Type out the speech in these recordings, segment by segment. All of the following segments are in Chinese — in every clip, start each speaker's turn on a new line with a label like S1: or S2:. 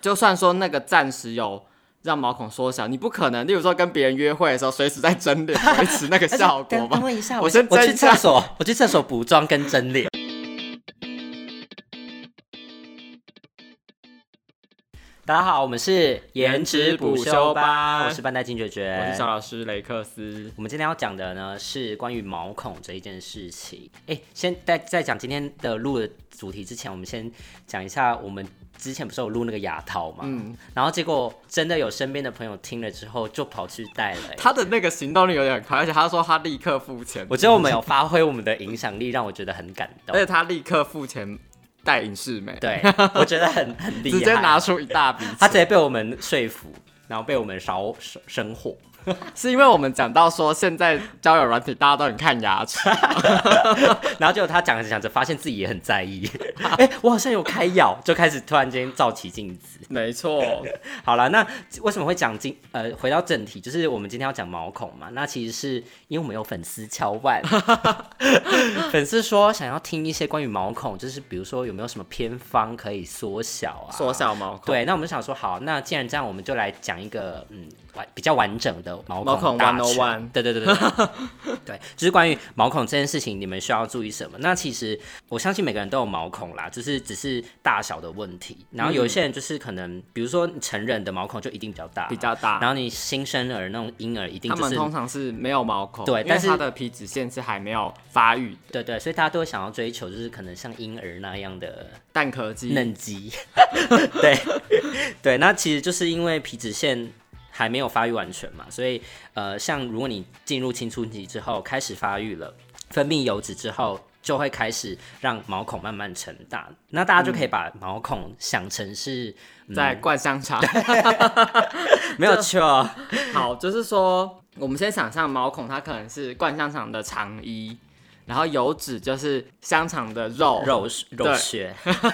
S1: 就算说那个暂时有让毛孔缩小，你不可能，例如说跟别人约会的时候，随时在蒸脸维持那个 效果
S2: 等等
S1: 吧？
S2: 我一下，
S1: 我
S2: 我
S1: 先
S3: 我去
S1: 蒸一下
S3: 厕所，我去厕所 补妆跟整脸。大家好，我们是
S1: 颜值补修班
S3: 我是班代金绝绝，
S1: 我是小老师雷克斯。
S3: 我们今天要讲的呢是关于毛孔这一件事情。哎、先在在讲今天的录的主题之前，我们先讲一下我们之前不是有录那个牙套嘛？
S1: 嗯
S3: 然后结果真的有身边的朋友听了之后就跑去戴了、哎
S1: 他的那个行动力有点快，而且他说他立刻付钱，
S3: 我觉得我们有发挥我们的影响力，让我觉得很感动
S1: 而。且他立刻付钱带影视美，
S3: 对，我觉得很很厉害。
S1: 直接拿出一大笔
S3: 他
S1: 钱
S3: 直。接被我们说服，然后被我们烧生生火。
S1: 是因为我们讲到说，现在交友软体大家都很看牙 齿，
S3: 然后结果他讲着讲着，发现自己也很在 意。哎、我好像有开咬，就开始突然间照起镜子。
S1: 没错，
S3: 好了，那为什么会讲今呃回到正题，就是我们今天要讲毛孔嘛？那其实是因为我们有粉丝敲 碗，粉丝说想要听一些关于毛孔，就是比如说有没有什么偏方可以缩小啊？
S1: 缩。小毛孔。
S3: 对，那我们想说，好，那既然这样，我们就来讲一个嗯完比较完整的毛
S1: 毛孔
S3: 大全
S1: 101
S3: 对对对对对， 对，就是关于毛孔这件事情，你们需要注意什么？那其实我相信每个人都有毛孔啦，就是只是大小的问题。
S1: 嗯
S3: 然后有一些人就是可能，比如说成人的毛孔就一定比较大，
S1: 比较大
S3: 然后你新生儿那种婴儿一定
S1: 他
S3: 就
S1: 们
S3: 是。
S1: 通常是没有毛孔，
S3: 对
S1: 因为
S3: 但是
S1: 它的皮脂腺是还没有发育的，
S3: 对对，所以大家都会想要追求，就是可能像婴儿那样的
S1: 蛋壳肌
S3: 嫩肌， 对 对，那其实就是因为皮脂腺还没有发育完全嘛，所以呃，像如果你进入青春期之后开始发育了，分泌油脂之后。就会开始让毛孔慢慢成大，那大
S1: 嗯
S3: 家就可以把毛孔想 成是、嗯
S1: 在灌香肠。
S3: 没有错，
S1: 哦好，就是说，我们先想象毛孔它可能是灌香肠的肠衣，然后油脂就是香肠的肉。
S3: 肉肉
S1: 对
S3: 血，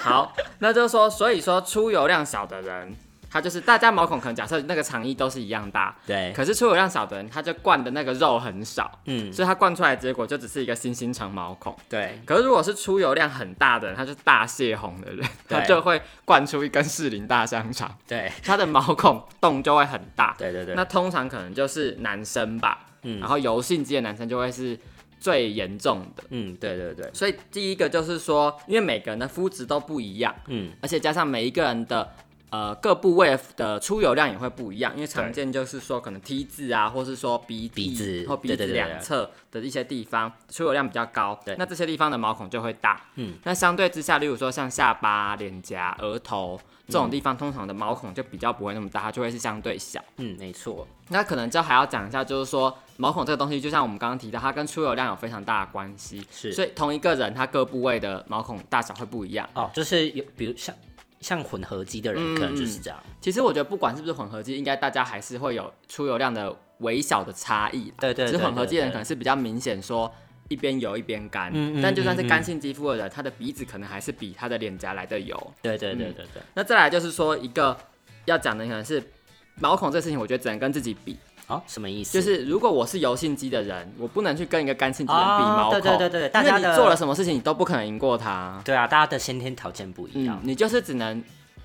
S1: 好，那就是说，所以说出油量小的人，他就是大家毛孔可能假设那个肠衣都是一样大，
S3: 对，
S1: 可是出油量小的人，他就灌的那个肉很少，
S3: 嗯，
S1: 所以他灌出来的结果就只是一个星星长毛孔。
S3: 对，
S1: 可是如果是出油量很大的人，他就是大泄洪的人，
S3: 对
S1: 他就会灌出一根士林大香肠，
S3: 对，
S1: 他的毛孔洞就会很大。
S3: 对对对，
S1: 那通常可能就是男生吧，
S3: 嗯
S1: 然后油性肌的男生就会是最严重的。
S3: 嗯，对对对，
S1: 所以第一个就是说，因为每个人的肤质都不一样，
S3: 嗯，
S1: 而且加上每一个人的呃各部位的出油量也会不一样，因为常见就是说可能 T 字啊，或是说鼻
S3: 鼻
S1: 翼
S3: 子
S1: 或鼻
S3: 对
S1: 子
S3: 对对对
S1: 两侧的一些地方出油量比较高，
S3: 对
S1: 那这些地方的毛孔就会大，
S3: 嗯，
S1: 那相对之下，例如说像下巴、脸颊、额头这种地方，通常的毛孔就比较不会那么大，它就会是相对小。
S3: 嗯，没错，
S1: 那可能就还要讲一下，就是说毛孔这个东西，就像我们刚刚提到，它跟出油量有非常大的关系，
S3: 是
S1: 所以同一个人他各部位的毛孔大小会不一样。
S3: 哦，就是有，比如像像混合肌的人，可能就是这样，
S1: 其实我觉得不管是不是混合肌，应该大家还是会有出油量的微小的差异啦。
S3: 对对
S1: 只
S3: 对
S1: 是混合肌的人
S3: 对
S1: 可能是比较明显说。一边油一边干，
S3: 嗯嗯
S1: 但就算是
S3: 嗯嗯
S1: 干性肌肤的人，他的鼻子可能还是比他的脸颊来的油。
S3: 对对对
S1: 嗯
S3: 对对，
S1: 那再来就是说一个要讲的可能是毛孔这事情，我觉得只能跟自己比，
S3: 哦，什么意思？
S1: 就是如果我是油性肌的人，我不能去跟一个干性肌的人比
S3: 啊
S1: 毛孔，
S3: 对对对对，大家
S1: 因为
S3: 的
S1: 你做了什么事情，你都不可能赢过他。
S3: 对啊，大家的先天条件不一
S1: 嗯
S3: 样，，
S1: 你就是只能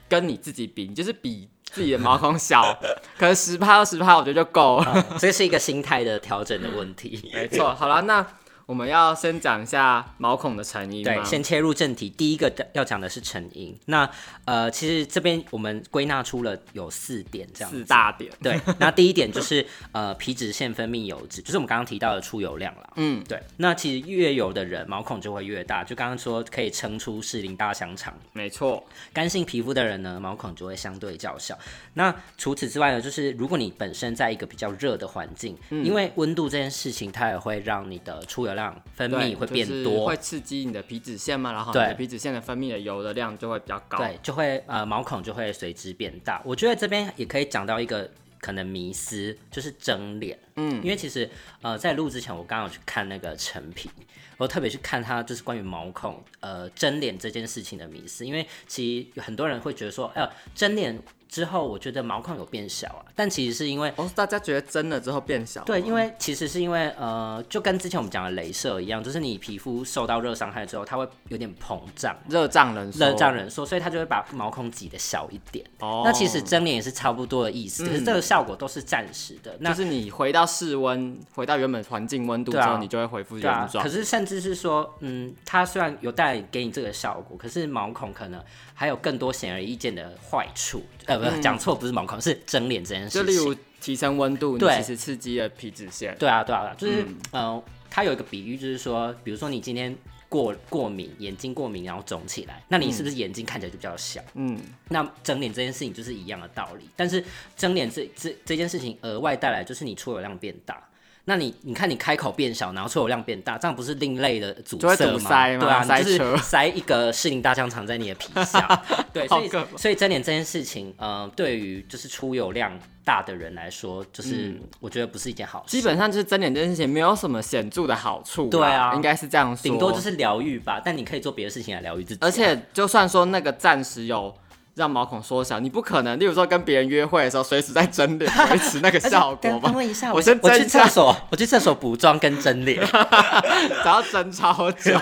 S1: 跟你自己比，你就是比自己的毛孔小， 可能十趴二十趴，我觉得就够了。
S3: 啊这是一个心态的调整的问 题。
S1: 没错，好了，那我们要先讲一下毛孔的成因
S3: 对，
S1: 吗？
S3: 先切入正题，第一个要讲的是成因。那呃，其实这边我们归纳出了有四点这样子
S1: 四大点。
S3: 对，那第一点就是 呃皮脂腺分泌油脂，就是我们刚刚提到的出油量啦。
S1: 嗯，
S3: 对，那其实越油的人毛孔就会越大，就刚刚说可以撑出士林大香肠。
S1: 没错，
S3: 干性皮肤的人呢，毛孔就会相对较小。那除此之外呢，就是如果你本身在一个比较热的环境，
S1: 嗯
S3: 因为温度这件事情，它也会让你的出油量分
S1: 对
S3: 泌会变
S1: 就是
S3: 多
S1: 会，刺激你的皮脂腺嘛，然后你
S3: 对
S1: 的皮脂腺的分泌的油的量就会比较高。
S3: 对，就会呃毛孔就会随之变大。我觉得这边也可以讲到一个可能迷思，就是蒸脸。
S1: 嗯，
S3: 因为其实呃，在录之前，我刚好去看那个陈皮，我特别去看他就是关于毛孔呃蒸脸这件事情的迷思，因为其实有很多人会觉得说，哎、呦，蒸脸之后，我觉得毛孔有变小啊，但其实是因为
S1: 哦，大家觉得真的之后变小吗，
S3: 对，因为其实是因为呃，就跟之前我们讲的镭射一样，就是你皮肤受到热伤害之后，它会有点膨胀。
S1: 热胀冷缩，
S3: 热胀冷缩，所以它就会把毛孔挤得小一点。
S1: 哦，嗯
S3: 那其实蒸脸也是差不多的意思，可是这个效果都是暂时的。那
S1: 就是你回到室温，回到原本环境温度之
S3: 对
S1: 后，
S3: 啊
S1: 你就会恢复
S3: 对啊
S1: 原，状
S3: 可。是甚至是说，嗯，它虽然有带给你这个效果，可是毛孔可能还有更多显而易见的坏处。呃，不是，讲错，不是毛孔，是蒸脸这件事
S1: 嗯就
S3: 情。
S1: 例如提升温度，你
S3: 对
S1: 其实刺激了皮脂腺。
S3: 对啊，对啊，对啊就是、
S1: 嗯
S3: 呃，它有一个比喻，就是说，比如说你今天过过敏，眼睛过敏，然后肿起来，那你是不是眼睛看起来就比较小？
S1: 嗯，
S3: 那蒸脸这件事情就是一样的道理，但是蒸脸这这这件事情额外带来就是你出油量变大。那你你看你开口变小，然后出油量变大，这样不是另类的阻
S1: 就会
S3: 塞
S1: 堵
S3: 吗？
S1: 塞吗
S3: 对啊，
S1: 塞
S3: 你就
S1: 车
S3: 是塞一个士林大香肠在你的皮 下。对，所以
S1: 好可怕
S3: 所以蒸脸这件事情，呃，对于就是出油量大的人来说，
S1: 嗯
S3: 就是我觉得不是一件好事。
S1: 基本上就是蒸脸这件事情没有什么显著的好处啦。
S3: 对啊
S1: 应该是这样说。
S3: 顶多就是疗愈吧，但你可以做别的事情来疗愈自己啊、
S1: 而且就算说那个暂时有让毛孔缩小，你不可能，例如说跟别人约会的时候，随时在蒸脸维持那个效果吧？
S3: 问一下
S1: 我先
S3: 我去
S1: 蒸一下
S3: 厕 所，我去厕所补妆跟蒸脸，
S1: 只要蒸超 久，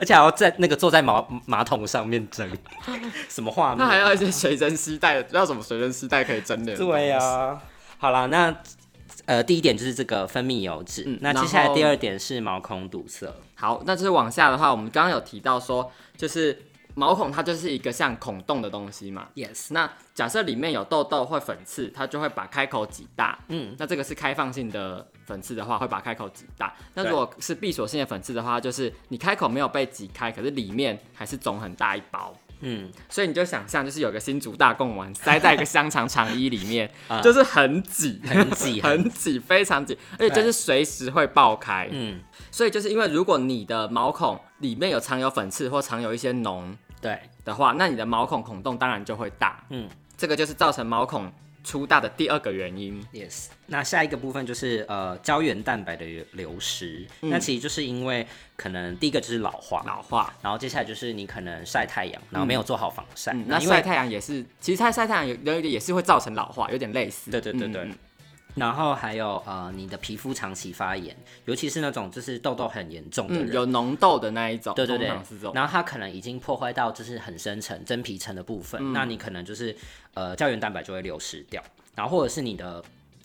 S3: 而且还要在那个坐在马马桶上 面蒸，什么画
S1: 那还
S3: 面？
S1: 要一些随身携带的，不知道什么随身携带可以蒸脸。
S3: 对啊呀、好啦，那呃第一点就是这个分泌油脂，
S1: 嗯
S3: 那接下
S1: 然
S3: 来
S1: 后
S3: 第二点是毛孔堵塞，
S1: 好，那就是往下的话，我们刚刚有提到说，就是毛孔它就是一个像孔洞的东西嘛。
S3: ，yes，
S1: 那假设里面有痘痘或粉刺，它就会把开口挤大。
S3: 嗯，
S1: 那这个是开放性的粉刺的话，会把开口挤大。那
S3: 对
S1: 如果是闭锁性的粉刺的话，就是你开口没有被挤开，可是里面还是肿很大一包。
S3: 嗯，
S1: 所以你就想象，就是有个新竹大贡丸塞在一个香肠肠衣里 面
S3: 啊，
S1: 就是很挤，
S3: 很 挤
S1: 很挤，非常挤，而且就是随时会爆开。
S3: 嗯，
S1: 所以就是因为如果你的毛孔里面有藏有粉刺或藏有一些脓
S3: 对，
S1: 的话，那你的毛孔孔洞当然就会大。
S3: 嗯，
S1: 这个就是造成毛孔粗大的第二个原因。
S3: Yes，那下一个部分就是呃胶原蛋白的流失，那其实就是因为可能第一个就是老化，
S1: 嗯老化，
S3: 然后接下来就是你可能晒太阳，然后没有做好防晒，
S1: 嗯，
S3: 那
S1: 那
S3: 因
S1: 晒
S3: 为
S1: 太阳也是，其实它晒太阳有有一点也是会造成老化，有点类似。
S3: 对对对
S1: 嗯
S3: 对。
S1: 嗯
S3: 然后还有呃，你的皮肤长期发炎，尤其是那种就是痘痘很严重的
S1: 嗯，
S3: 人，
S1: 有脓痘的那一种，
S3: 对对对
S1: 通常是这种。
S3: 然后它可能已经破坏到就是很深层真皮层的部分，
S1: 嗯
S3: 那你可能就是呃胶原蛋白就会流失掉，然后或者是你的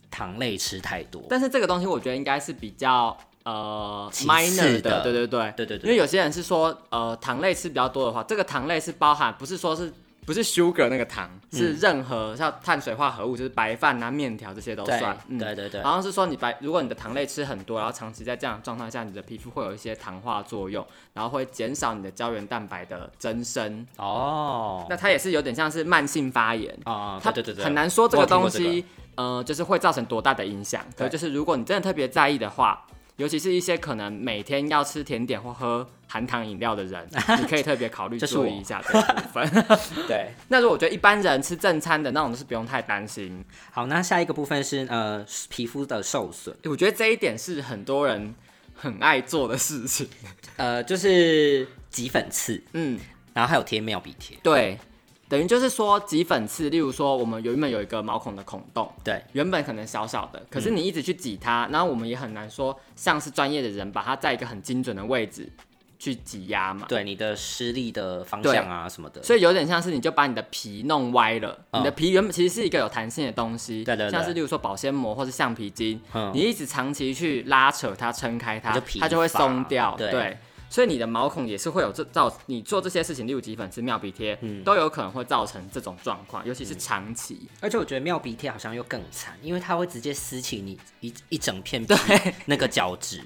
S3: 糖类吃太多，
S1: 但是这个东西我觉得应该是比较呃
S3: 其次
S1: minor
S3: 的
S1: 对对对。
S3: 对对
S1: 因
S3: 对，
S1: 为有些人是说，呃，糖类吃比较多的话，这个糖类是包含不是说是不是 sugar 那个糖，是任何像碳水化合物，就是白饭啊、面条这些都
S3: 对
S1: 算。嗯，
S3: 对对对
S1: 好像是说你白，如果你的糖类吃很多，然后长期在这样的状态下，你的皮肤会有一些糖化作用，然后会减少你的胶原蛋白的增生。
S3: 哦，
S1: 那它也是有点像是慢性发炎，
S3: 啊、
S1: 它
S3: 对对对对，
S1: 很难说这个东
S3: 我有
S1: 西，呃，就是会造成多大的影响。可
S3: 对
S1: 就是如果你真的特别在意的话，尤其是一些可能每天要吃甜点或喝含糖饮料的 人，你可以特别考虑
S3: 就是
S1: 注
S3: 我
S1: 意一下这个部分。
S3: 对。
S1: 那如果我觉得一般人吃正餐的那种，就是不用太担心。
S3: 好，那下一个部分是呃皮肤的受损，
S1: 我觉得这一点是很多人很爱做的事情。
S3: 呃就是挤粉刺，
S1: 嗯，
S3: 然后还有贴妙笔贴，
S1: 对，等于就是说挤粉刺，例如说我们原本有一个毛孔的孔洞，
S3: 对，
S1: 原本可能小小的，可是你一直去挤它，然后我们也很难说像是专业的人把它在一个很精准的位置去挤压嘛。
S3: 对你的施力的方向啊什么的，
S1: 所以有点像是你就把你的皮弄歪了，
S3: 嗯
S1: 你的皮原本其实是一个有弹性的东西，
S3: 对对对
S1: 像是例如说保鲜膜或是橡皮筋，
S3: 嗯
S1: 你一直长期去拉扯它、撑开它
S3: 它就疲，
S1: 它就会
S3: 乏
S1: 松掉，
S3: 对
S1: 所以你的毛孔也是会有这造，你做这些事情，例如挤粉刺、妙鼻贴，
S3: 嗯
S1: 都有可能会造成这种状况，尤其是长期。
S3: 而且我觉得妙笔贴好像又更惨，因为它会直接撕起你一一整片皮那个角质，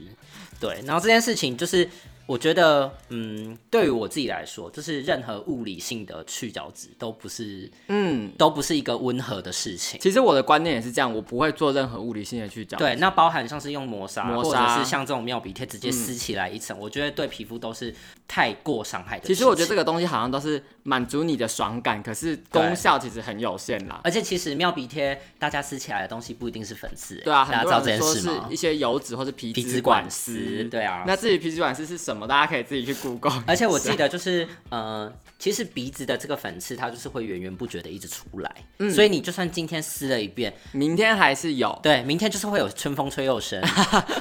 S3: 对，然后这件事情就是我觉得，嗯，对于我自己来说，就是任何物理性的去角质都不是，
S1: 嗯，
S3: 都不是一个温和的事情。
S1: 其实我的观念也是这样，我不会做任何物理性的去角质。
S3: 对，那包含像是用磨砂，
S1: 磨
S3: 或
S1: 砂嗯
S3: 者是像这种妙笔贴直接撕起来一层，我觉得对皮肤都是太过伤害的。
S1: 其实我觉得这
S3: 个，
S1: 个东西好像都是满足你的爽感，可是功效其实很有限啦。
S3: 而且其实妙笔贴大家撕起来的东西不一定是粉刺、欸
S1: 对啊，
S3: 大
S1: 很
S3: 家知
S1: 多
S3: 道这
S1: 人
S3: 件
S1: 说
S3: 事
S1: 是
S3: 吗
S1: 一？些油脂或是皮
S3: 皮脂
S1: 管
S3: 管丝，对啊。
S1: 那至于皮脂管丝是什么，大家可以自己去 Google。
S3: 而且我
S1: 啊
S3: 记得就是呃，其实鼻子的这个粉刺它就是会源源不绝的一直出来，
S1: 嗯
S3: 所以你就算今天撕了一遍，
S1: 明天还是有，
S3: 对，明天就是会有春风吹又生。
S1: 嗯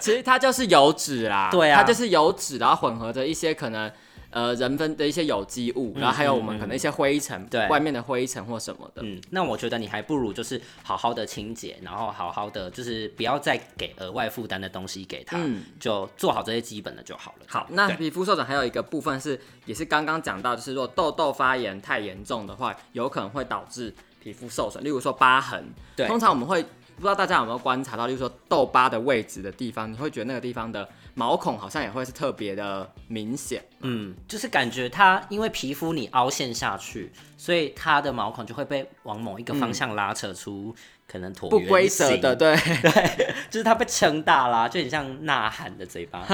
S1: 其实它就是油脂啦，
S3: 对啊
S1: 它就是油脂，然后混合着一些可能呃人分的一些有机物，然后还有我们可能一些灰尘，
S3: 嗯对
S1: 外面的灰尘或什么的。
S3: 嗯，那我觉得你还不如就是好好的清洁，然后好好的就是不要再给额外负担的东西给他，
S1: 嗯
S3: 就做好这些基本的就好了。
S1: 好，那
S3: 对
S1: 皮肤受损还有一个部分是，也是刚刚讲到，就是如果痘痘发炎太严重的话，有可能会导致皮肤受损，例如说疤痕。
S3: 对
S1: 通常我们会不知道大家有没有观察到，例如说痘疤的位置的地方，你会觉得那个地方的毛孔好像也会是特别的明显。
S3: 嗯，就是感觉它因为皮肤你凹陷下去，所以它的毛孔就会被往某一个方向拉扯出可能椭
S1: 不
S3: 圆
S1: 规则
S3: 形
S1: 的，，对，
S3: 就是它被撑大啦，就很像呐喊的嘴巴。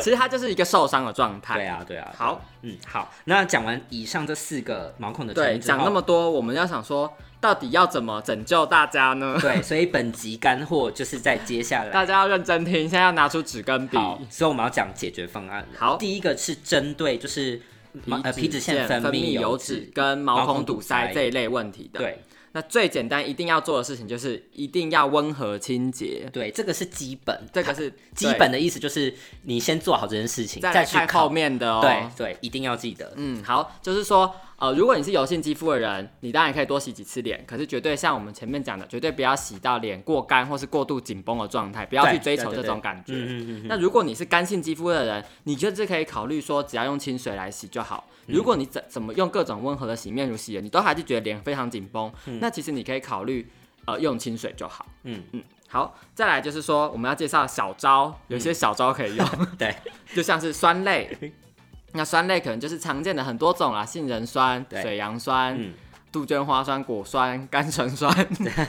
S1: 其实它就是一个受伤的状态。
S3: 对啊，对啊。对啊
S1: 好，
S3: 嗯，好。那讲完以上这四个毛孔的成
S1: 对，
S3: 因之后
S1: 讲那么多，我们要想说，到底要怎么拯救大家呢？
S3: 对，所以本集干货就是在接下来
S1: 大家要认真听，现在要拿出纸跟笔。
S3: 好，所以我们要讲解决方案了。
S1: 好
S3: 第一个是针对就是呃皮脂腺
S1: 腺
S3: 分泌
S1: 油
S3: 脂
S1: 脂，跟毛
S3: 毛
S1: 孔
S3: 孔
S1: 堵
S3: 堵塞
S1: 塞这一类问题的。，
S3: 对
S1: 那最简单一定要做的事情就是一定要温和清洁，
S3: 对，这个是基本，
S1: 这个是
S3: 基本的意思就是你先做好这件事情，
S1: 对再
S3: 再
S1: 来
S3: 去
S1: 看
S3: 考
S1: 后。面的哦。
S3: 对对，一定要记得。
S1: 嗯，好，就是说，呃，如果你是油性肌肤的人，你当然可以多洗几次脸，可是绝对像我们前面讲的，绝对不要洗到脸过干或是过度紧绷的状态，不要
S3: 对
S1: 去追求
S3: 对对
S1: 这
S3: 对
S1: 种感觉。
S3: 嗯嗯嗯嗯，
S1: 那如果你是干性肌肤的人，你就是可以考虑说，只要用清水来洗就好。
S3: 嗯
S1: 如果你怎怎么用各种温和的洗面乳洗脸，你都还是觉得脸非常紧绷，那其实你可以考虑呃用清水就好。
S3: 嗯
S1: 嗯，好，再来就是说我们要介绍小招，有些小招可以用，
S3: 对，
S1: 就像是酸类。那酸类可能就是常见的很多种啦，杏仁酸、
S3: 对
S1: 水杨酸、
S3: 嗯
S1: 杜鹃花酸、果酸、甘醇酸，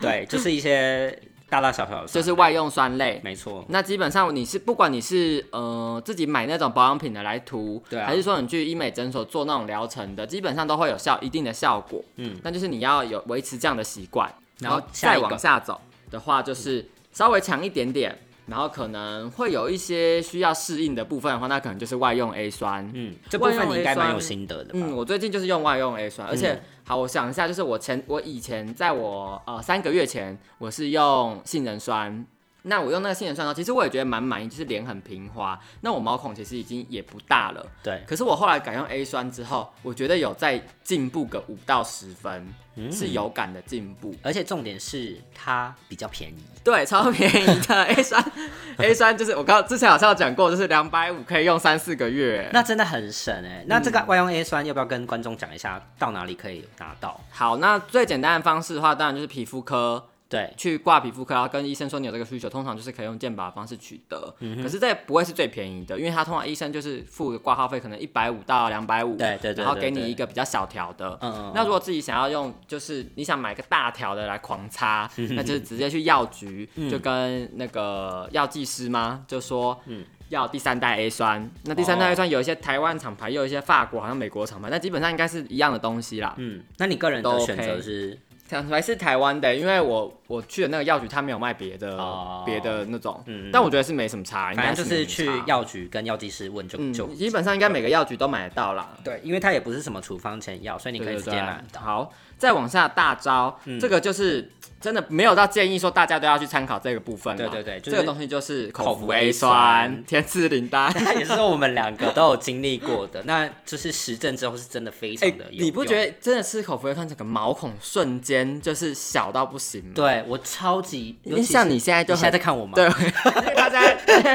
S3: 对，就是一些大大小小的，
S1: 就是外用酸类。
S3: 没错，
S1: 那基本上你是不管你是呃自己买那种保养品的来涂，
S3: 对啊
S1: 还是说你去医美诊所做那种疗程的，基本上都会有效一定的效果。
S3: 嗯，
S1: 那就是你要有维持这样的习惯，
S3: 然
S1: 然
S3: 后
S1: 后
S3: 下一
S1: 再
S3: 个嗯
S1: 往下走的话，就是稍微强一点点，然后可能会有一些需要适应的部分的话，那可能就是外用 A 酸。
S3: 嗯，这部分你应该蛮有心得的吧？
S1: 嗯，我最近就是用外用 A 酸，而且、好，我想一下，就是我前我以前在我呃三个月前，我是用杏仁酸。那我用那个杏仁酸呢，其实我也觉得蛮满意，就是脸很平滑。那我毛孔其实已经也不大了，
S3: 对，
S1: 可是我后来改用 A 酸之后，我觉得有在进步个五到十分，是有感的进步。
S3: 而且重点是它比较便宜，
S1: 对，超便宜的 A 酸，A 酸就是我刚之前好像有讲过，就是两百五可以用三四个月。
S3: 那真的很省哎、
S1: 嗯
S3: 那这个外用 A 酸要不要跟观众讲一下，到哪里可以拿到？
S1: 好，那最简单的方式的话，当然就是皮肤科
S3: 对，
S1: 去挂皮肤科，然后跟医生说你有这个需求，通常就是可以用健保的方式取得。
S3: 嗯
S1: 可是这也不会是最便宜的，因为他通常医生就是付个挂号费，可能一百五到两百五，
S3: 对对对
S1: 然后给
S3: 对对
S1: 你一个比较小条的。
S3: 嗯嗯嗯
S1: 那如果自己想要用，就是你想买个大条的来狂擦，
S3: 嗯
S1: 那就是直接去药局，就跟那个药剂师吗？就说，
S3: 嗯
S1: 要第三代 A 酸。那第三
S3: 哦
S1: 代 A 酸有一些台湾厂牌，也有一些法国，好像美国厂牌，但基本上应该是一样的东西啦。
S3: 嗯，那你个人的
S1: 都
S3: 选择
S1: OK
S3: 是
S1: 厂牌是台湾的，因为我我去的那个药局，他没有卖别的
S3: 哦
S1: 别、的那种，
S3: 嗯
S1: 但我觉得是没什么差，应
S3: 反
S1: 该
S3: 正就
S1: 没
S3: 是
S1: 什么
S3: 去
S1: 差。
S3: 药局跟药剂师问就、就
S1: 嗯，基本上应该每个药局都买得到啦。
S3: 对，因为它也不是什么处方前药，所以你
S1: 对
S3: 可以
S1: 对
S3: 直接
S1: 对
S3: 买 到。
S1: 好，再往下大招，这个就是真的没有到建议说大家都要去参考这个部分啦。
S3: 对对对就是
S1: 这个东西就是
S3: 口
S1: 口
S3: 服
S1: 服
S3: A
S1: A
S3: 酸
S1: 酸、哎天赐灵 丹。
S3: 那也是我们两个都有经历过的，那就是实证之后是真的非常
S1: 哎、
S3: 的有用、
S1: 你不觉得真的吃口服 A 酸，整个毛孔瞬间就是小到不行吗？
S3: 对我超级，
S1: 因
S3: 尤
S1: 为
S3: 其
S1: 像
S3: 是
S1: 你现在就
S3: 你现在
S1: 很
S3: 在看我吗？
S1: 对， 因为大家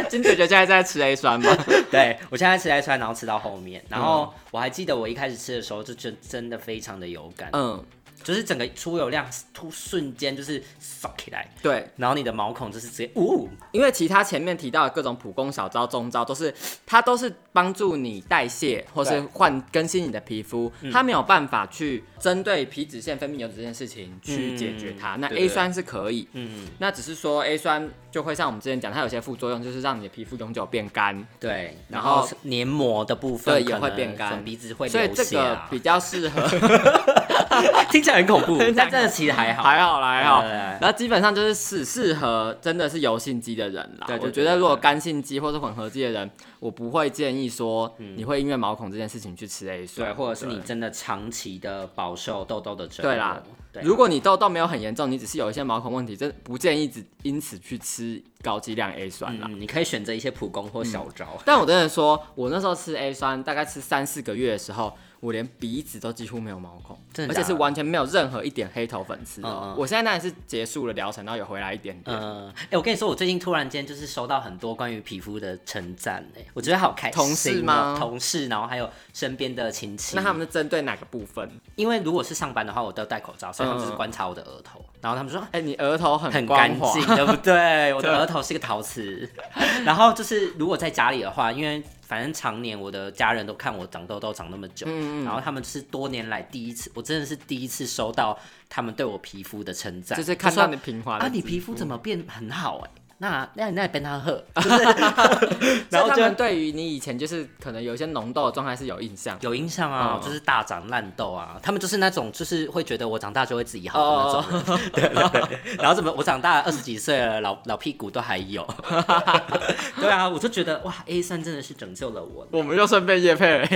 S1: 金姐姐现在在吃 A 酸嘛，
S3: 对我现在吃来吃来，然后吃到后面，然后我还记得我一开始吃的时候就真真的非常的有感，
S1: 嗯，
S3: 就是整个出油量突瞬间就是扫起来，
S1: 对，
S3: 然后你的毛孔就是直接呜，
S1: 因为其他前面提到的各种普攻小招、中招，都是它都是帮助你代谢或是
S3: 嗯对嗯
S1: 换更新你的皮肤，它没有办法去针对皮脂腺分泌油脂这件事情去
S3: 嗯
S1: 解决它。那
S3: 对
S1: A 酸是可以，
S3: 嗯，
S1: 那只是说 A 酸就会像我们之前讲，它有些副作用就是让你的皮肤永久变干，
S3: 对，
S1: 然
S3: 然后
S1: 后
S3: 黏膜的部分
S1: 对也
S3: 可能
S1: 会变干
S3: 粉鼻子会
S1: 所以
S3: 流
S1: 这
S3: 血
S1: 个
S3: 啊，
S1: 比较适合。
S3: 听起来很恐 怖
S1: 听，起来
S3: 但真的其实还好，
S1: 还好啦还好
S3: 对对对。
S1: 然后基本上就是适适合真的是油性肌的人啦。
S3: 对对对
S1: 我觉得如果干性肌或是混合肌的人，我不会建议说你会因为毛孔这件事情去吃 A 酸，
S3: 嗯对，或者是你真的长期的饱受痘痘的折磨，
S1: 对啦
S3: 对，
S1: 如果你痘痘没有很严重，你只是有一些毛孔问题，真的不建议只因此去吃高剂量 A 酸啦。
S3: 嗯，你可以选择一些普攻或
S1: 嗯
S3: 小招，
S1: 但我真的说，我那时候吃 A 酸，大概吃三四个月的时候，我连鼻子都几乎没有毛孔，
S3: 真的
S1: 而
S3: 假
S1: 且
S3: 的
S1: 是完全没有任何一点黑头粉刺、
S3: 嗯
S1: 哦
S3: 嗯。
S1: 我现在当然是结束了疗程，然后有回来一点点。
S3: 嗯，哎、我跟你说，我最近突然间就是收到很多关于皮肤的称赞，哎，我觉得好开心、哦。
S1: 同事吗
S3: 同事，然后还有身边的亲戚。
S1: 那他们是针对哪个部分？
S3: 因为如果是上班的话，我都戴口罩，所以他们就是
S1: 嗯
S3: 观察我的额头，然后他们说
S1: 哎、你额头很
S3: 很
S1: 光
S3: 干
S1: 滑
S3: 净，对不 对？我的
S1: 对
S3: 额头是个陶瓷。然后就是如果在家里的话，因为反正常年我的家人都看我长痘痘长那么久，
S1: 嗯
S3: 然后他们是多年来第一次，我真的是第一次收到他们对我皮肤的称赞，
S1: 就是看
S3: 说
S1: 到你平滑的
S3: 啊，你
S1: 肌
S3: 皮肤怎么变很好哎、那那那跟他 喝，
S1: 所
S3: 然后
S1: 以他
S3: 就
S1: 们对于你以前就是可能有一些脓痘的状态是有印象。
S3: 有印象啊，
S1: 嗯
S3: 就是大长烂痘啊，他们就是那种就是会觉得我长大就会自己好的那种 人，对对对。然后怎么我长大二十几岁了，老老屁股都还有， 对啊，我就觉得哇，A 三真的是拯救了 我。
S1: 我们又顺便夜配了。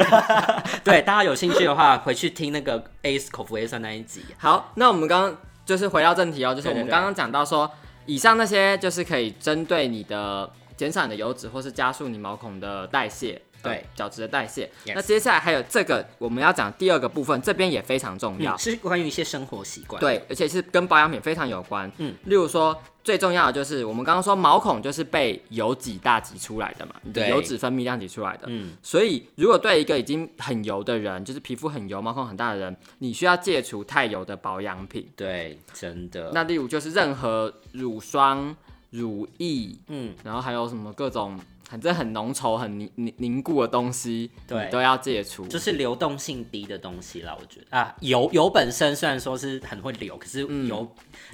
S3: 对，大家有兴趣的话，回去听那个 A 口服 A 酸那一集。
S1: 好，那我们刚刚就是回到正题哦，就是
S3: 对
S1: 我
S3: 对
S1: 们刚刚讲到说，以上那些就是可以针对你的减少你的油脂或是加速你毛孔的代谢，
S3: 对
S1: 呃角质的代谢。
S3: Yes
S1: 那接下来还有这个我们要讲第二个部分，这边也非常重要
S3: 嗯，。是关于一些生活习惯。，
S1: 对，而且是跟保养品非常有关。
S3: 嗯
S1: 嗯，例如说，最重要的就是我们刚刚说毛孔就是被油几大挤出来的嘛，你的
S3: 对
S1: 油脂分泌量挤出来的。
S3: 嗯，
S1: 所以，如果对一个已经很油的人，就是皮肤很油、毛孔很大的人，你需要戒除太油的保养品。
S3: 对，真的。
S1: 那例如就是任何乳霜、乳液，
S3: 嗯，
S1: 然后还有什么各种反正很浓稠、很凝凝凝固的东西，
S3: 对
S1: 你都要戒除。
S3: 就是流动性低的东西啦，我觉得啊，油油本身虽然说是很会流，可是
S1: 嗯
S3: 油、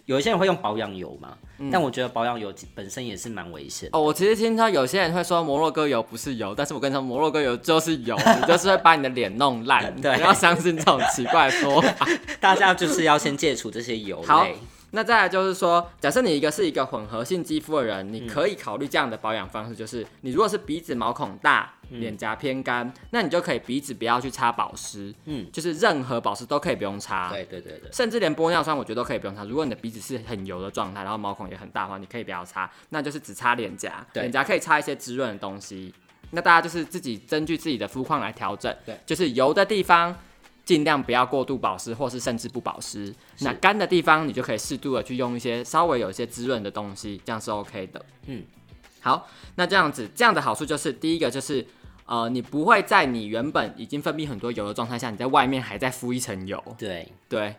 S3: 有一些人会用保养油嘛，但我觉得保养油本身也是蛮危险的。
S1: 哦，我其实听到有些人会说摩洛哥油不是油，但是我跟你说摩洛哥油就是油，你就是会把你的脸弄烂，你不
S3: 对
S1: 要相信这种奇怪的说法。
S3: 大家就是要先戒除这些油
S1: 好
S3: 类，
S1: 那再来就是说，假设你一个是一个混合性肌肤的人，你可以考虑这样的保养方式，就是你如果是鼻子毛孔大，脸颊偏干，那你就可以鼻子不要去擦保湿，
S3: 嗯
S1: 嗯，就是任何保湿都可以不用擦，
S3: 对对对对，
S1: 甚至连玻尿酸我觉得都可以不用擦。如果你的鼻子是很油的状态，然后毛孔也很大的话，你可以不要擦，那就是只擦脸颊，
S3: 对
S1: 脸颊可以擦一些滋润的东西。那大家就是自己根据自己的肤况来调整，
S3: 对，
S1: 就是油的地方尽量不要过度保湿，或是甚至不保湿。那干的地方你就可以适度的去用一些稍微有一些滋润的东西，这样是 OK 的。
S3: 嗯，
S1: 好，那这样子这样的好处就是第一个就是。呃，你不会在你原本已经分泌很多油的状态下，你在外面还在敷一层油，
S3: 对
S1: 对，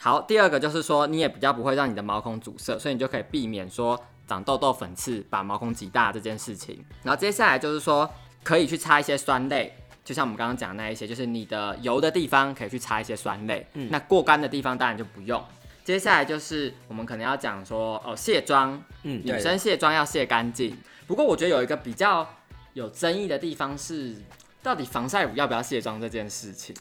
S1: 好，第二个就是说，你也比较不会让你的毛孔阻塞，所以你就可以避免说长痘痘、粉刺、把毛孔挤大这件事情。然后接下来就是说，可以去擦一些酸类，就像我们刚刚讲的那一些，就是你的油的地方可以去擦一些酸类，
S3: 嗯
S1: 那过干的地方当然就不用。接下来就是我们可能要讲说，哦，卸妆，
S3: 嗯对
S1: 女生卸妆要卸干净。不过我觉得有一个比较有争议的地方是，到底防晒乳要不要卸妆这件事情。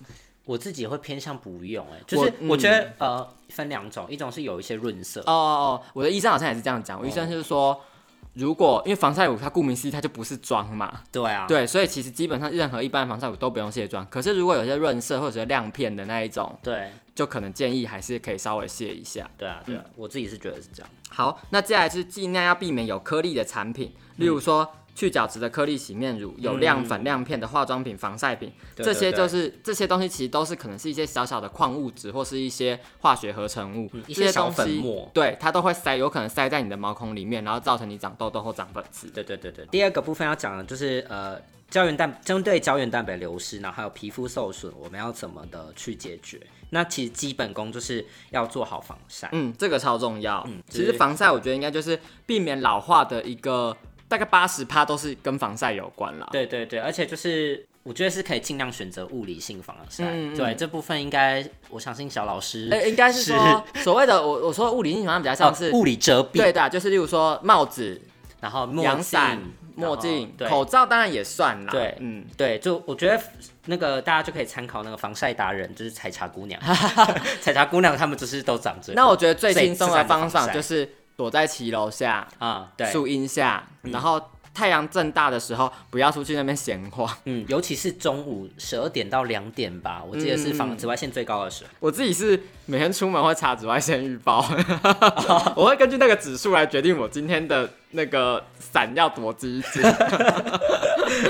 S3: 我自己会偏向不用、哎，就是
S1: 嗯
S3: 我觉得、呃分两种，一种是有一些润色，
S1: 哦哦，哦，我的医生好像也是这样
S3: 哦
S1: 讲，我医生就是说，如果因为防晒乳它顾名思义它就不是妆嘛，
S3: 对啊，
S1: 对，所以其实基本上任何一般的防晒乳都不用卸妆。可是如果有些润色或者是亮片的那一种，
S3: 对
S1: 就可能建议还是可以稍微卸一下。
S3: 对啊对啊，我自己是觉得是这样，
S1: 好，那接下来是尽量要避免有颗粒的产品，
S3: 嗯
S1: 例如说。去角质的颗粒洗面乳、有亮粉、亮片的化妆品、防晒品，
S3: 对
S1: 这些
S3: 对对
S1: 就是这些东西，其实都是可能是一些小小的矿物质或是一些化学合成物，
S3: 嗯一
S1: 这
S3: 些
S1: 些
S3: 小
S1: 东西
S3: 粉末
S1: 对它都会塞，有可能塞在你的毛孔里面，然后造成你长痘痘或长粉刺。
S3: 对对对对，第二个部分要讲的就是呃胶原蛋针对胶原蛋白流失，然后还有皮肤受损，我们要怎么的去解决？那其实基本功就是要做好防晒。
S1: 嗯，这个超重要。
S3: 嗯
S1: 其实防晒我觉得应该就是避免老化的一个，大概八十趴都是跟防晒有关啦。
S3: 对对对，而且就是我觉得是可以尽量选择物理性防晒。
S1: 嗯嗯
S3: 对这部分应该我相信小老师、
S1: 哎、应该是说所谓的我我说物理性防晒比较像
S3: 哦
S1: 是、
S3: 物理遮蔽，
S1: 对的，就是例如说帽子、
S3: 然后墨
S1: 阳
S3: 镜
S1: 伞、
S3: 然
S1: 墨
S3: 后
S1: 镜、
S3: 对
S1: 口罩，当然也算啦。
S3: 对
S1: 嗯，
S3: 对，就我觉得那个大家就可以参考那个防晒达人，就是采茶 姑娘，采茶姑娘他们就是都长这样
S1: 那我觉得最
S3: 最
S1: 轻松
S3: 自然
S1: 的
S3: 的
S1: 方
S3: 防
S1: 法
S3: 晒
S1: 就是躲在骑楼下、
S3: 啊、对，
S1: 树荫下，然后太阳正大的时候不要出去那边闲晃。
S3: 嗯，尤其是中午十二点到两点吧，我记得是防紫外线最高的时候。
S1: 我自己是每天出门会查紫外线预报， 我会根据那个指数来决定我今天的那个伞要多几 支，嗯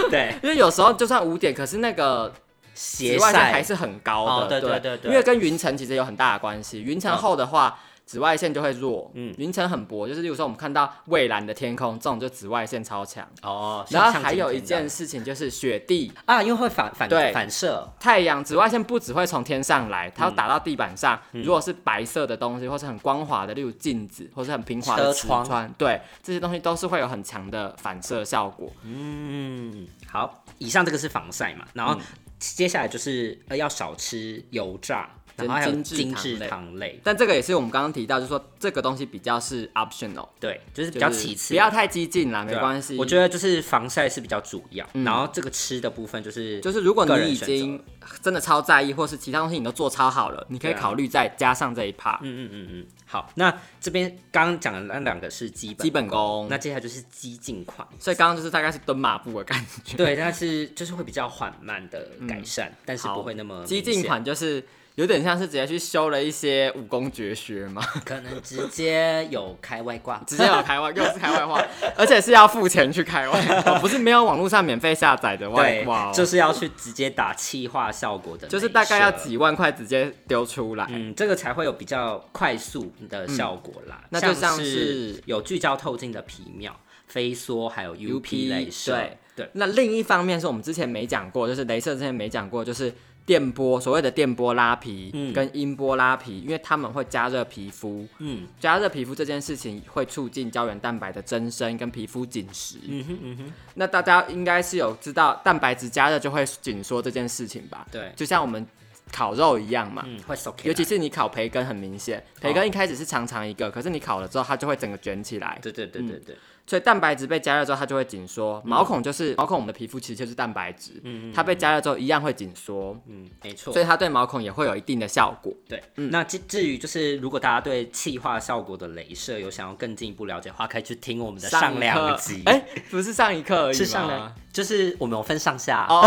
S3: 对，
S1: 因为有时候就算五点，可是那个紫
S3: 斜
S1: 外线还
S3: 晒
S1: 是很高的，
S3: 哦对对对对
S1: 因为跟云层其实有很大的关系，云层厚的话。紫外线就会弱，嗯，云层很薄，就是例如说我们看到蔚蓝的天空，这种就紫外线超强。
S3: 哦，
S1: 然后
S3: 像
S1: 还有一
S3: 今天这样
S1: 件事情就是雪地，
S3: 啊，因为会反反
S1: 对
S3: 反射，
S1: 太阳紫外线不只会从天上来，它要打到地板上。
S3: 嗯
S1: 如果是白色的东西，或是很光滑的，例如镜子，或是很平滑的
S3: 车
S1: 瓷
S3: 窗
S1: 窗，对，这些东西都是会有很强的反射效果。
S3: 嗯，好，以上这个是防晒嘛，
S1: 嗯
S3: 然后接下来就是呃要少吃油炸，然后还有
S1: 跟精
S3: 精
S1: 致
S3: 致
S1: 糖类
S3: 糖类，
S1: 但这个也是我们刚刚提到，就是说这个东西比较是 optional，
S3: 对，就是
S1: 比
S3: 比较其次，
S1: 不要太激进啦，没
S3: 对啊
S1: 关系。嗯
S3: 我觉得就是防晒是比较主要，然后这个吃的部分就是
S1: 就是如果
S3: 个人
S1: 你已
S3: 选择
S1: 经真的超在意，或是其他东西你都做超好了，你可以
S3: 对啊
S1: 考虑再加上这一 part、
S3: 嗯嗯嗯嗯，好，那这边刚刚讲的那两个是基本
S1: 基本功。
S3: 那接下来就是激进款，
S1: 所以刚刚就是大概是蹲马步的感觉。
S3: 对，但是就是会比较缓慢的改善，但是不会那么
S1: 激
S3: 明
S1: 进
S3: 显，
S1: 款就是有点像是直接去修了一些武功绝学嘛，
S3: 可能直接有开外挂，
S1: 直接有开外，又是开外挂，而且是要付钱去开外 挂，哦不是没有网络上免费下载的外
S3: 对
S1: 挂、哦，，
S3: 就是要去直接打气化效果的，
S1: 就是大概要。几万块直接丢出来。
S3: 嗯，这个才会有比较快速的效果啦。
S1: 那就
S3: 嗯像
S1: 像是
S3: 有聚焦透镜的皮秒、飞梭，还有 UP 类射。
S1: 对
S3: 对，
S1: 那另一方面是我们之前没讲过，就是镭射之前没讲过，就是电波所谓的电波拉皮跟音波拉皮，因为它们会加热皮肤，
S3: 嗯
S1: 加热皮肤这件事情会促进胶原蛋白的增生跟皮肤紧实。
S3: 嗯哼嗯哼，
S1: 那大家应该是有知道蛋白质加热就会紧缩这件事情吧？
S3: 对，
S1: 就像我们烤肉一样嘛。
S3: 嗯，会 s o
S1: 尤其是你烤培根很明显，
S3: 哦
S1: 培根一开始是长长一个，可是你烤了之后它就会整个卷起来，
S3: 对对对对对，
S1: 所以蛋白质被加热之后它就会紧缩。
S3: 嗯
S1: 毛孔就是毛孔，我们的皮肤其实就是蛋白质，它被加热之后一样会紧缩，
S3: 嗯，没错
S1: 所。以它对毛孔也会有一定的效果。
S3: 对，那至至于就是，如果大家对气化效果的镭射有想要更进一步了解的话，可以去听我们的上两集，
S1: 哎、不是上一课而已吗？
S3: 是上两，就是我们有分上下。
S1: 哦，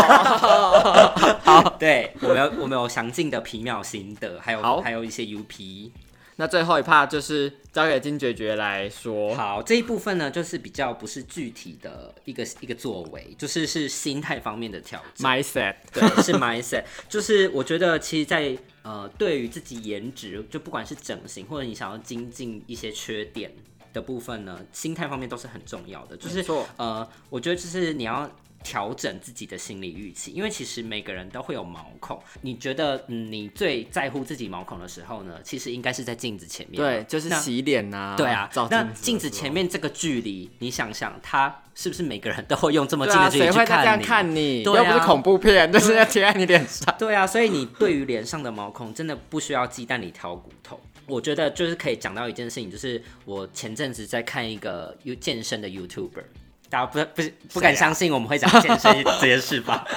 S3: 对，我们有我们有详尽的皮秒心得，还有
S1: 好
S3: 还有一些 UP。
S1: 那最后一趴就是交给金爵爵来说。
S3: 好，这一部分呢，就是比较不是具体的一个一个作为，就是是心态方面的调整。
S1: mindset，
S3: 对，是 mindset，就是我觉得其实在，呃，对于自己颜值，就不管是整形或者你想要精进一些缺点的部分呢，心态方面都是很重要的。就
S1: 没
S3: 是
S1: 错
S3: 呃，我觉得就是你要调整自己的心理预期，因为其实每个人都会有毛孔。你觉得、嗯、你最在乎自己毛孔的时候呢，其实应该是在镜子前面。
S1: 对，就是
S3: 那
S1: 洗脸呐、
S3: 对啊
S1: 照，
S3: 那
S1: 镜子，
S3: 镜子前面这个距离，你想想，它是不是每个人都会用这么
S1: 对
S3: 近的
S1: 啊，
S3: 距离
S1: 谁
S3: 去
S1: 会再这
S3: 看
S1: 样
S3: 你？
S1: 看你？
S3: 对啊啊
S1: 又不是恐怖片，就是要贴在你脸上。
S3: 对啊，所以你对于脸上的毛孔真的不需要鸡蛋里挑骨头。我觉得就是可以讲到一件事情，就是我前阵子在看一个 You 健身的 YouTuber，大家不不是不
S1: 啊
S3: 敢相信我们会讲健 身这件事吧？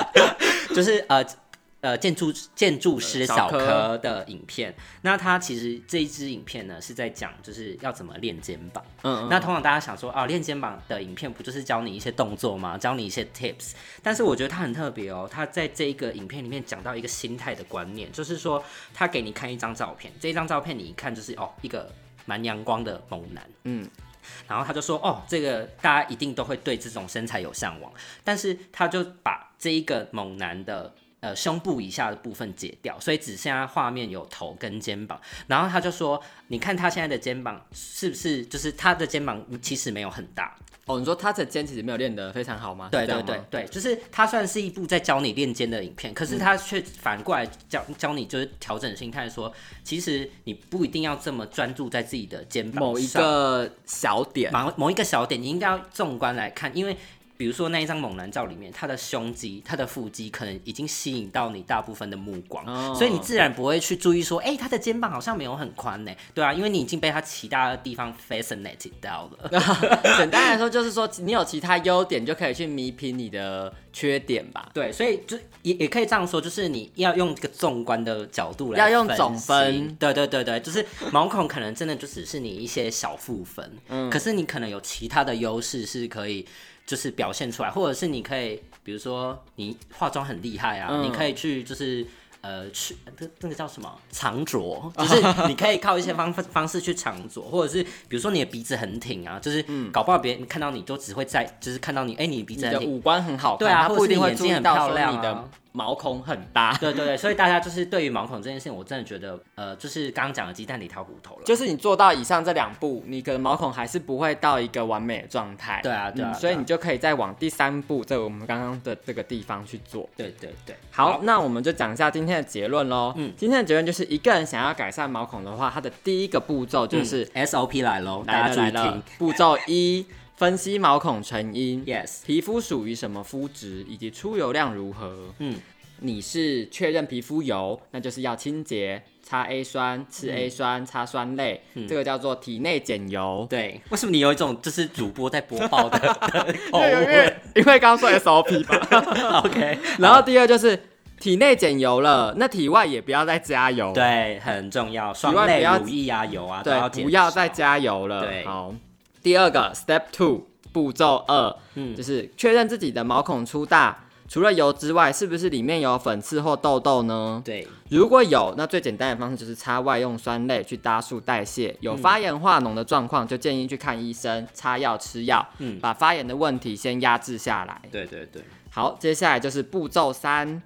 S3: 就是呃呃建筑建筑师
S1: 呃小
S3: 小
S1: 柯
S3: 柯的影片，那他其实这一支影片呢是在讲就是要怎么练肩膀。
S1: 嗯
S3: 那通常大家想说啊，练肩膀的影片不就是教你一些动作吗？教你一些 tips，但是我觉得它很特别哦。它在这一个影片里面讲到一个心态的观念，就是说他给你看一张照片，这一张照片你一看就是哦，一个蛮阳光的猛男，
S1: 嗯，
S3: 然后他就说哦，这个大家一定都会对这种身材有向往，但是他就把这一个猛男的呃胸部以下的部分解掉，所以只剩下画面有头跟肩膀。然后他就说，你看他现在的肩膀是不是就是他的肩膀其实没有很大？
S1: 哦，你说他的肩其实没有练得非常好吗？
S3: 对
S1: 是这
S3: 对
S1: 样吗
S3: 对，对，就是它算是一部在教你练肩的影片，可是它却反过来教教你就是调整心态，说其实你不一定要这么专注在自己的肩膀
S1: 某一
S3: 上
S1: 个小点，
S3: 某某一个小点，你应该要纵观来看，因为比如说那一张猛男照里面，他的胸肌、他的腹肌可能已经吸引到你大部分的目光，
S1: 哦
S3: 嗯所以你自然不会去注意说，哎、他的肩膀好像没有很宽呢，对啊，因为你已经被他其他的地方 fascinated 到了，
S1: 简单来说就是说你有其他优点就可以去弥平你的缺点吧，
S3: 对，所以就也也可以这样说，就是你要用这个纵观的角度来，
S1: 要用总分，
S3: 对对对对，就是毛孔可能真的就只是你一些小负分，
S1: 嗯
S3: 可是你可能有其他的优势是可以就是表现出来，或者是你可以比如说你化妆很厉害啊，
S1: 嗯
S3: 你可以去就是。呃，去这那个叫什么藏 拙，就是你可以靠一些方方式去藏拙，或者是比如说你的鼻子很挺啊，就是搞不好别人看到你就只会在，就是看到你，哎、你
S1: 嗯
S3: 鼻
S1: 你
S3: 子很
S1: 的
S3: 挺，
S1: 五官很好看，
S3: 对啊
S1: 他不一定会注意到
S3: 或是你眼睛很漂亮
S1: 说你
S3: 啊
S1: 的毛孔很大。
S3: 对对对，所以大家就是对于毛孔这件事情，我真的觉得，呃，就是刚刚讲的鸡蛋里挑骨头了。
S1: 就是你做到以上这两步，你可能毛孔还是不会到一个完美的状态。
S3: 对啊对啊对啊
S1: 所以你就可以再往第三步，在我们刚刚的这个地方去做。
S3: 对对对，
S1: 好，那我们就讲一下今天的结论喽。
S3: 嗯
S1: 今天的结论就是，一个人想要改善毛孔的话，他的第一个步骤就、
S3: 就是是 SOP 来喽，嗯大
S1: 来了
S3: 家注
S1: 来
S3: 意
S1: 了
S3: 听。，
S1: 步骤一，分析毛孔成因。
S3: Yes，
S1: 皮肤属于什么肤质，以及出油量如何？
S3: 嗯，
S1: 你是确认皮肤油，那就是要清洁、擦 A 酸、吃 A
S3: 嗯
S1: 酸、擦酸类，这个叫做体内减油。
S3: 对，为什么你有一种就是主播在播报 的的口
S1: 因为
S3: 吻
S1: 因为刚刚说 SOP 吧。
S3: ？OK，
S1: 然后第二就是体内减油了，那体外也不要再加油，
S3: 对，很重要，双
S1: 外不
S3: 类
S1: 要
S3: 乳液啊、油啊都
S1: 对，
S3: 减
S1: 不要再
S3: 少
S1: 加油了。
S3: 对
S1: 好，第二个 Step Two 步骤二，
S3: 嗯
S1: 就是确认自己的毛孔粗大。除了油之外，是不是里面有粉刺或痘痘呢？
S3: 对，
S1: 如果有，那最简单的方式就是擦外用酸类去搭速代
S3: 嗯
S1: 谢。有发炎化脓的状况，就建议去看医生，擦药吃药，
S3: 嗯
S1: 把发炎的问题先压制下来。
S3: 对对对，
S1: 好，接下来就是步骤三，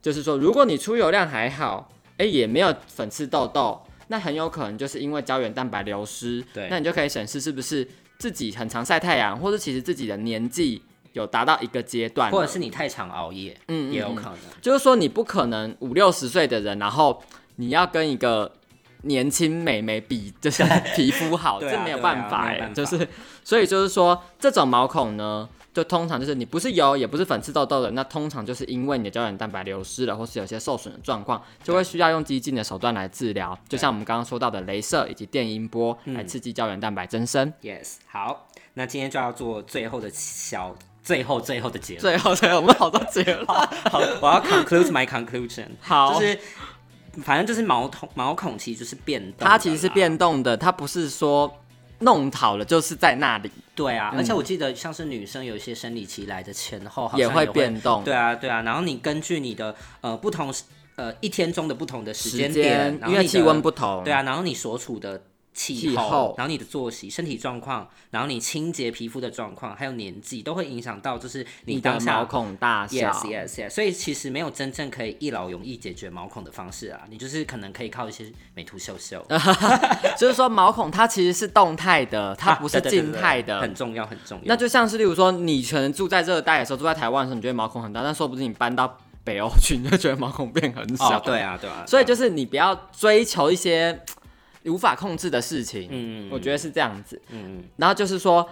S1: 就是说，如果你出油量还好，哎、也没有粉刺痘痘，那很有可能就是因为胶原蛋白流失。
S3: 对
S1: 那你就可以审视是不是自己很常晒太阳，或者其实自己的年纪有达到一个阶段了，
S3: 或者是你太常熬夜，
S1: 嗯嗯
S3: 也有
S1: 嗯
S3: 可能。
S1: 就是说你不可能五六十岁的人，然后你要跟一个年轻美眉比，就是皮肤好，
S3: 对啊
S1: 这没有办法
S3: 对啊
S1: 哎、
S3: 没有办法
S1: 就是所以就是说这种毛孔呢。就通常就是你不是油也不是粉刺痘痘的，那通常就是因为你的胶原蛋白流失了，或是有些受损的状况，就会需要用激进的手段来治疗，就像我们刚刚说到的镭射以及电音波来刺激胶原蛋白增生。
S3: Yes，好，那今天就要做最后的小。最后最后的结论，
S1: 最后，所以我们好多结论，
S3: 好，我要 conclude my conclusion。
S1: 好
S3: 就是反正就是毛孔毛孔其实就是变动的啦，
S1: 它其实是变动的，它不是说弄好了就是在那里，
S3: 对
S1: 嗯
S3: 啊，而且我记得像是女生有一些生理期来的前后好像
S1: 也
S3: 会
S1: 会变动。
S3: 对啊对啊，然后你根据你的呃不同时呃一天中的不同的时
S1: 时
S3: 间点
S1: 间，，因为气温不同，
S3: 对啊，然后你所处的气
S1: 气候
S3: 然后你的作息、身体状况，然后你清洁皮肤的状况，还有年纪，都会影响到就是
S1: 你的
S3: 当下
S1: 毛孔大小
S3: Yes, yes, yes. 所以其实没有真正可以一劳永逸解决毛孔的方式啊，你就是可能可以靠一些美图秀秀，
S1: 啊就是说毛孔它其实是动态的，它不是
S3: 啊对对对
S1: 静态
S3: 对
S1: 的。
S3: 很重要，很重要。
S1: 那就像是例如说，你可能住在热带的时候，住在台湾的时候，你觉得毛孔很大，但说不定你搬到北欧去，你就觉得毛孔变很小。
S3: 哦，对啊，对啊，
S1: 所以就是是你不要追求一些嘖无法控制的事情。
S3: 嗯嗯嗯
S1: 我觉得是这样子。
S3: 嗯嗯
S1: 然后就是说，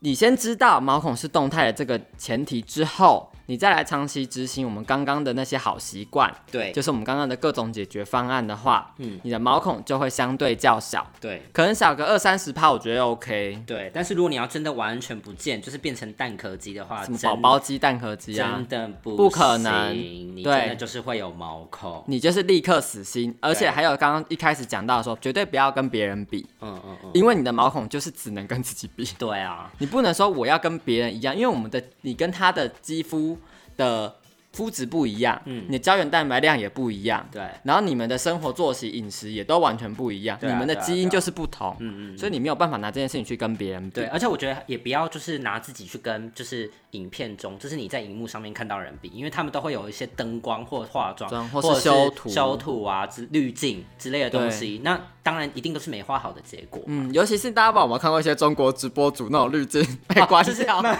S1: 你先知道毛孔是动态的这个前提之后，你再来长期执行我们刚刚的那些好习惯。
S3: 对，
S1: 就是我们刚刚的各种解决方案的话，
S3: 嗯
S1: 你的毛孔就会相对较小，
S3: 对
S1: 可能小个二三十帕，我觉得 OK。
S3: 对，但是如果你要真的完全不见，就是变成蛋壳机的话，
S1: 什么
S3: 真
S1: 宝宝鸡、蛋壳鸡啊
S3: 啊真，的不
S1: 不可能
S3: 行你
S1: 对
S3: 真的就是会有毛孔。
S1: 你就是立刻死心。而且还有刚刚一开始讲到说，绝对不要跟别人比，
S3: 嗯嗯嗯，
S1: 因为你的毛孔就是只能跟自己比，
S3: 对啊，
S1: 你不能说我要跟别人一样，因为我们的你跟他的肌肤的肤质不一样，嗯，你的胶原蛋白量也不一样，
S3: 对，
S1: 然后你们的生活作息、饮食也都完全不一样，
S3: 对啊
S1: 你们的
S3: 对啊
S1: 基因
S3: 对啊
S1: 就是不同，
S3: 嗯嗯嗯，
S1: 所以你没有办法拿这件事情去跟别人比
S3: 对，。而且我觉得也不要就是拿自己去跟就是影片中，就是你在荧幕上面看到的人比，因为他们都会有一些灯光或化妆，
S1: 妆或
S3: 或
S1: 是
S3: 者是
S1: 修图
S3: 修图啊、之滤镜之类的东西。那当然一定都是美化好的结果。
S1: 嗯，尤其是大家不知道有没有看过一些中国直播主那种滤镜被关掉，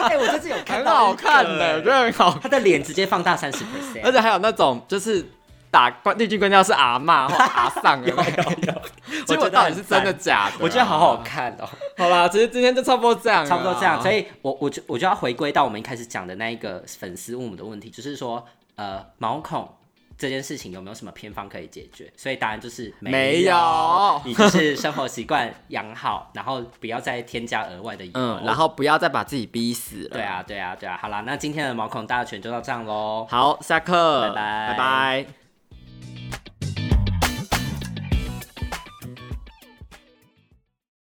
S3: 哎、我这次有
S1: 很好看的，真的很好看。
S3: 他的脸直接放大三十 percent，
S1: 而且还有那种就是打关滤镜关掉是阿嬷或阿丧 的那个，结果到底是真的假的啊、
S3: 我觉得好好看哦，
S1: 好啦，其实今天就差不多这样了啊，
S3: 差不多这样。所
S1: 以
S3: 以我我就我就要回归到我们一开始讲的那一个粉丝问我的问题，就是说呃毛孔。这件事情有没有什么偏方可以解决？所以答案就是
S1: 没有
S3: 你就是生活习惯养好，然后不要再添加额外的油。
S1: 嗯，然后不要再把自己逼死了。
S3: 对，啊啊，对啊，对啊。好啦，那今天的毛孔大全就到这样喽。
S1: 好，下课，
S3: 拜拜
S1: 拜拜。